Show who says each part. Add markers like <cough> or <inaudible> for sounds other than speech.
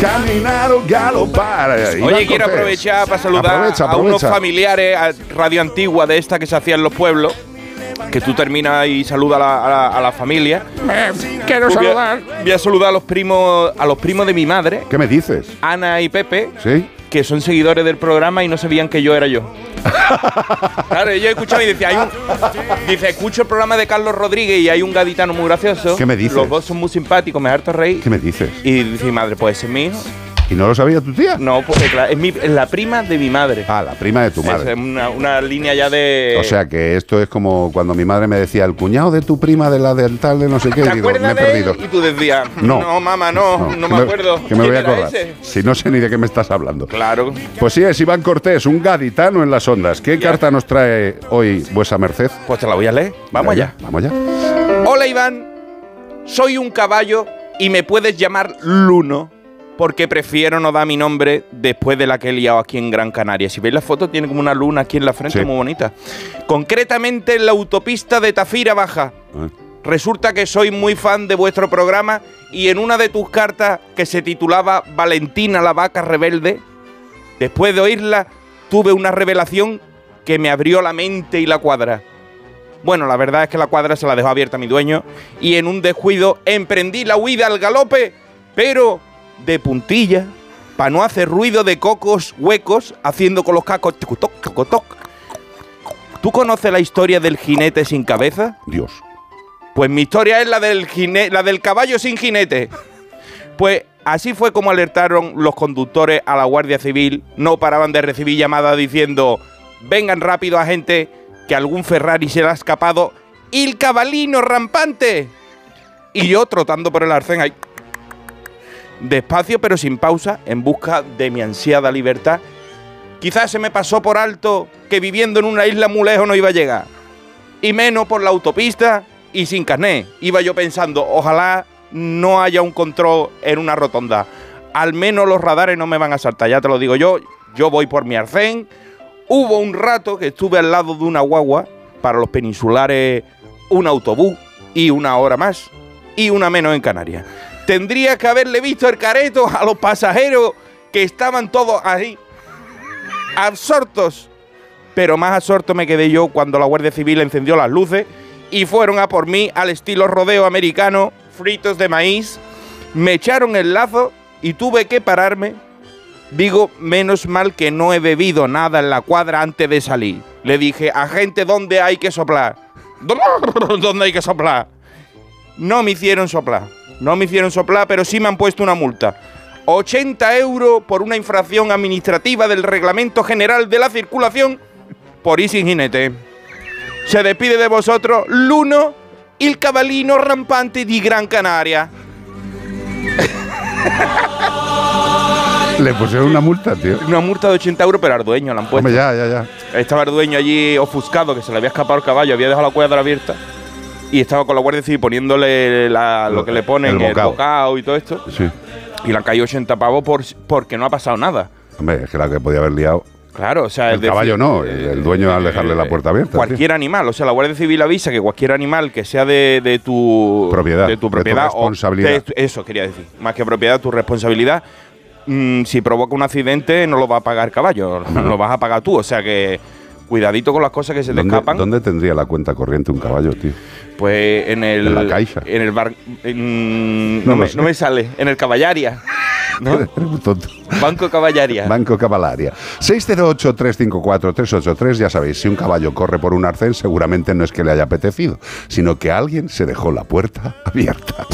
Speaker 1: Caminar o galopar.
Speaker 2: Oye, quiero aprovechar para saludar
Speaker 1: Aprovecha,
Speaker 2: a unos
Speaker 1: aprovecha.
Speaker 2: familiares a radio antigua de esta que se hacía en los pueblos. Que tú terminas y saludas a la, a la- a la familia.
Speaker 3: quiero
Speaker 2: Pues voy a-
Speaker 3: saludar.
Speaker 2: Voy a saludar a los primos, a los primos de mi madre,
Speaker 1: ¿Qué me dices?
Speaker 2: Ana y Pepe,
Speaker 1: ¿Sí?
Speaker 2: que son seguidores del programa y no sabían que yo era yo.
Speaker 1: <laughs>
Speaker 2: claro, yo escuchaba y decía, hay un- dice, escucho el programa de Carlos Rodríguez y hay un gaditano muy gracioso.
Speaker 1: ¿Qué me dices?
Speaker 2: Los dos son muy simpáticos, me harto reír.
Speaker 1: ¿Qué me dices?
Speaker 2: Y dice mi madre, pues ese es mi hijo.
Speaker 1: ¿Y no lo sabía tu tía?
Speaker 2: No, porque claro, es, mi- es la prima de mi madre.
Speaker 1: Ah, la prima de tu
Speaker 2: Es
Speaker 1: madre.
Speaker 2: una, una línea ya de.
Speaker 1: O sea que esto es como cuando mi madre me decía, el cuñado de tu prima de la del tal de no sé qué,
Speaker 2: ¿Te
Speaker 1: y digo, me
Speaker 2: acuerdas
Speaker 1: he
Speaker 2: de él?
Speaker 1: perdido.
Speaker 2: Y tú decías,
Speaker 1: No.
Speaker 2: no, mamá, no, no,
Speaker 1: que
Speaker 2: me, acuerdo.
Speaker 1: Que me voy a
Speaker 2: ¿Quién era
Speaker 1: acordar.
Speaker 2: ese?
Speaker 1: Si no sé ni de qué me estás hablando.
Speaker 2: Claro.
Speaker 1: Pues sí, es Iván Cortés, un gaditano en las ondas. ¿Qué
Speaker 2: Ya.
Speaker 1: carta nos trae hoy vuesa merced?
Speaker 2: Pues te la voy a leer. Vamos allá.
Speaker 1: Vamos allá.
Speaker 2: Hola Iván, soy un caballo y me puedes llamar Luno porque prefiero no dar mi nombre después de la que he liado aquí en Gran Canaria. Si veis la foto tiene como una luna aquí en la frente
Speaker 1: Sí.
Speaker 2: muy bonita. Concretamente en la autopista de Tafira Baja. Resulta que soy muy fan de vuestro programa y en una de tus cartas que se titulaba Valentina la vaca rebelde, después de oírla tuve una revelación que me abrió la mente y la cuadra. Bueno, la verdad es que la cuadra se la dejó abierta mi dueño y en un descuido emprendí la huida al galope, pero de puntilla, para no hacer ruido de cocos huecos, haciendo con los cacos tucutoc, tucutoc. ¿Tú conoces la historia del jinete sin cabeza?
Speaker 1: Dios.
Speaker 2: Pues mi historia es la del, jine- la del caballo sin jinete. Pues así fue como alertaron los conductores a la Guardia Civil. No paraban de recibir llamadas diciendo, vengan rápido agente, que algún Ferrari se le ha escapado. ¡Y el cabalino rampante! Y yo trotando por el arcén ahí. Despacio pero sin pausa, en busca de mi ansiada libertad. Quizás se me pasó por alto que viviendo en una isla muy lejos no iba a llegar y menos por la autopista y sin carné. Iba yo pensando, ojalá no haya un control en una rotonda. Al menos los radares no me van a saltar, ya te lo digo yo. Yo voy por mi arcén. Hubo un rato que estuve al lado de una guagua, para los peninsulares un autobús y una hora más y una menos en Canarias. Tendría que haberle visto el careto a los pasajeros que estaban todos ahí, absortos pero más absorto me quedé yo cuando la Guardia Civil encendió las luces y fueron a por mí al estilo rodeo americano, fritos de maíz. Me echaron el lazo y tuve que pararme. Digo, menos mal que no he bebido nada en la cuadra antes de salir. Le dije, agente, ¿dónde hay que soplar? <laughs> ¿Dónde hay que soplar? No me hicieron soplar. No me hicieron soplar, pero sí me han puesto una multa. 80 euros por una infracción administrativa del Reglamento General de la Circulación por ir sin jinete. Se despide de vosotros Luno, el cabalino rampante de Gran Canaria.
Speaker 1: Le pusieron una multa, tío.
Speaker 2: Una multa de 80 euros, pero al dueño la han puesto.
Speaker 1: Hombre, ya, ya, ya.
Speaker 2: Estaba el dueño allí ofuscado, que se le había escapado el caballo, había dejado la cuerda abierta. Y estaba con la Guardia Civil poniéndole la- lo que le ponen,
Speaker 1: El
Speaker 2: el
Speaker 1: bocado.
Speaker 2: bocado y todo esto.
Speaker 1: Sí.
Speaker 2: Y le han caído 80 pavos por, porque no ha pasado nada.
Speaker 1: Hombre, es que la que podía haber liado.
Speaker 2: Claro, o sea, es
Speaker 1: El
Speaker 2: decir, eh,
Speaker 1: caballo no, el, el dueño al dejarle la puerta abierta.
Speaker 2: cualquier animal, o sea, la Guardia Civil avisa que cualquier animal que sea de, de tu
Speaker 1: Propiedad,
Speaker 2: de
Speaker 1: de
Speaker 2: tu
Speaker 1: tu
Speaker 2: propiedad o
Speaker 1: responsabilidad.
Speaker 2: de tu- eso quería decir, más que propiedad, tu responsabilidad. mm, si provoca un accidente, no lo va a pagar el caballo, <laughs> lo vas a pagar tú, o sea que cuidadito con las cosas que se
Speaker 1: tío.
Speaker 2: te
Speaker 1: ¿Dónde,
Speaker 2: escapan.
Speaker 1: dónde tendría la cuenta corriente un caballo, tío?
Speaker 2: Pues en el
Speaker 1: En la Caixa.
Speaker 2: en el bar, en-
Speaker 1: No
Speaker 2: no,
Speaker 1: lo
Speaker 2: me,
Speaker 1: sé.
Speaker 2: no me sale, en el Caballaria,
Speaker 1: <laughs>
Speaker 2: ¿no?
Speaker 1: Eres un tonto.
Speaker 2: Banco Caballaria.
Speaker 1: Banco Cavalaria. 608-354-383, ya sabéis, si un caballo corre por un arcén, seguramente no es que le haya apetecido, sino que alguien se dejó la puerta abierta.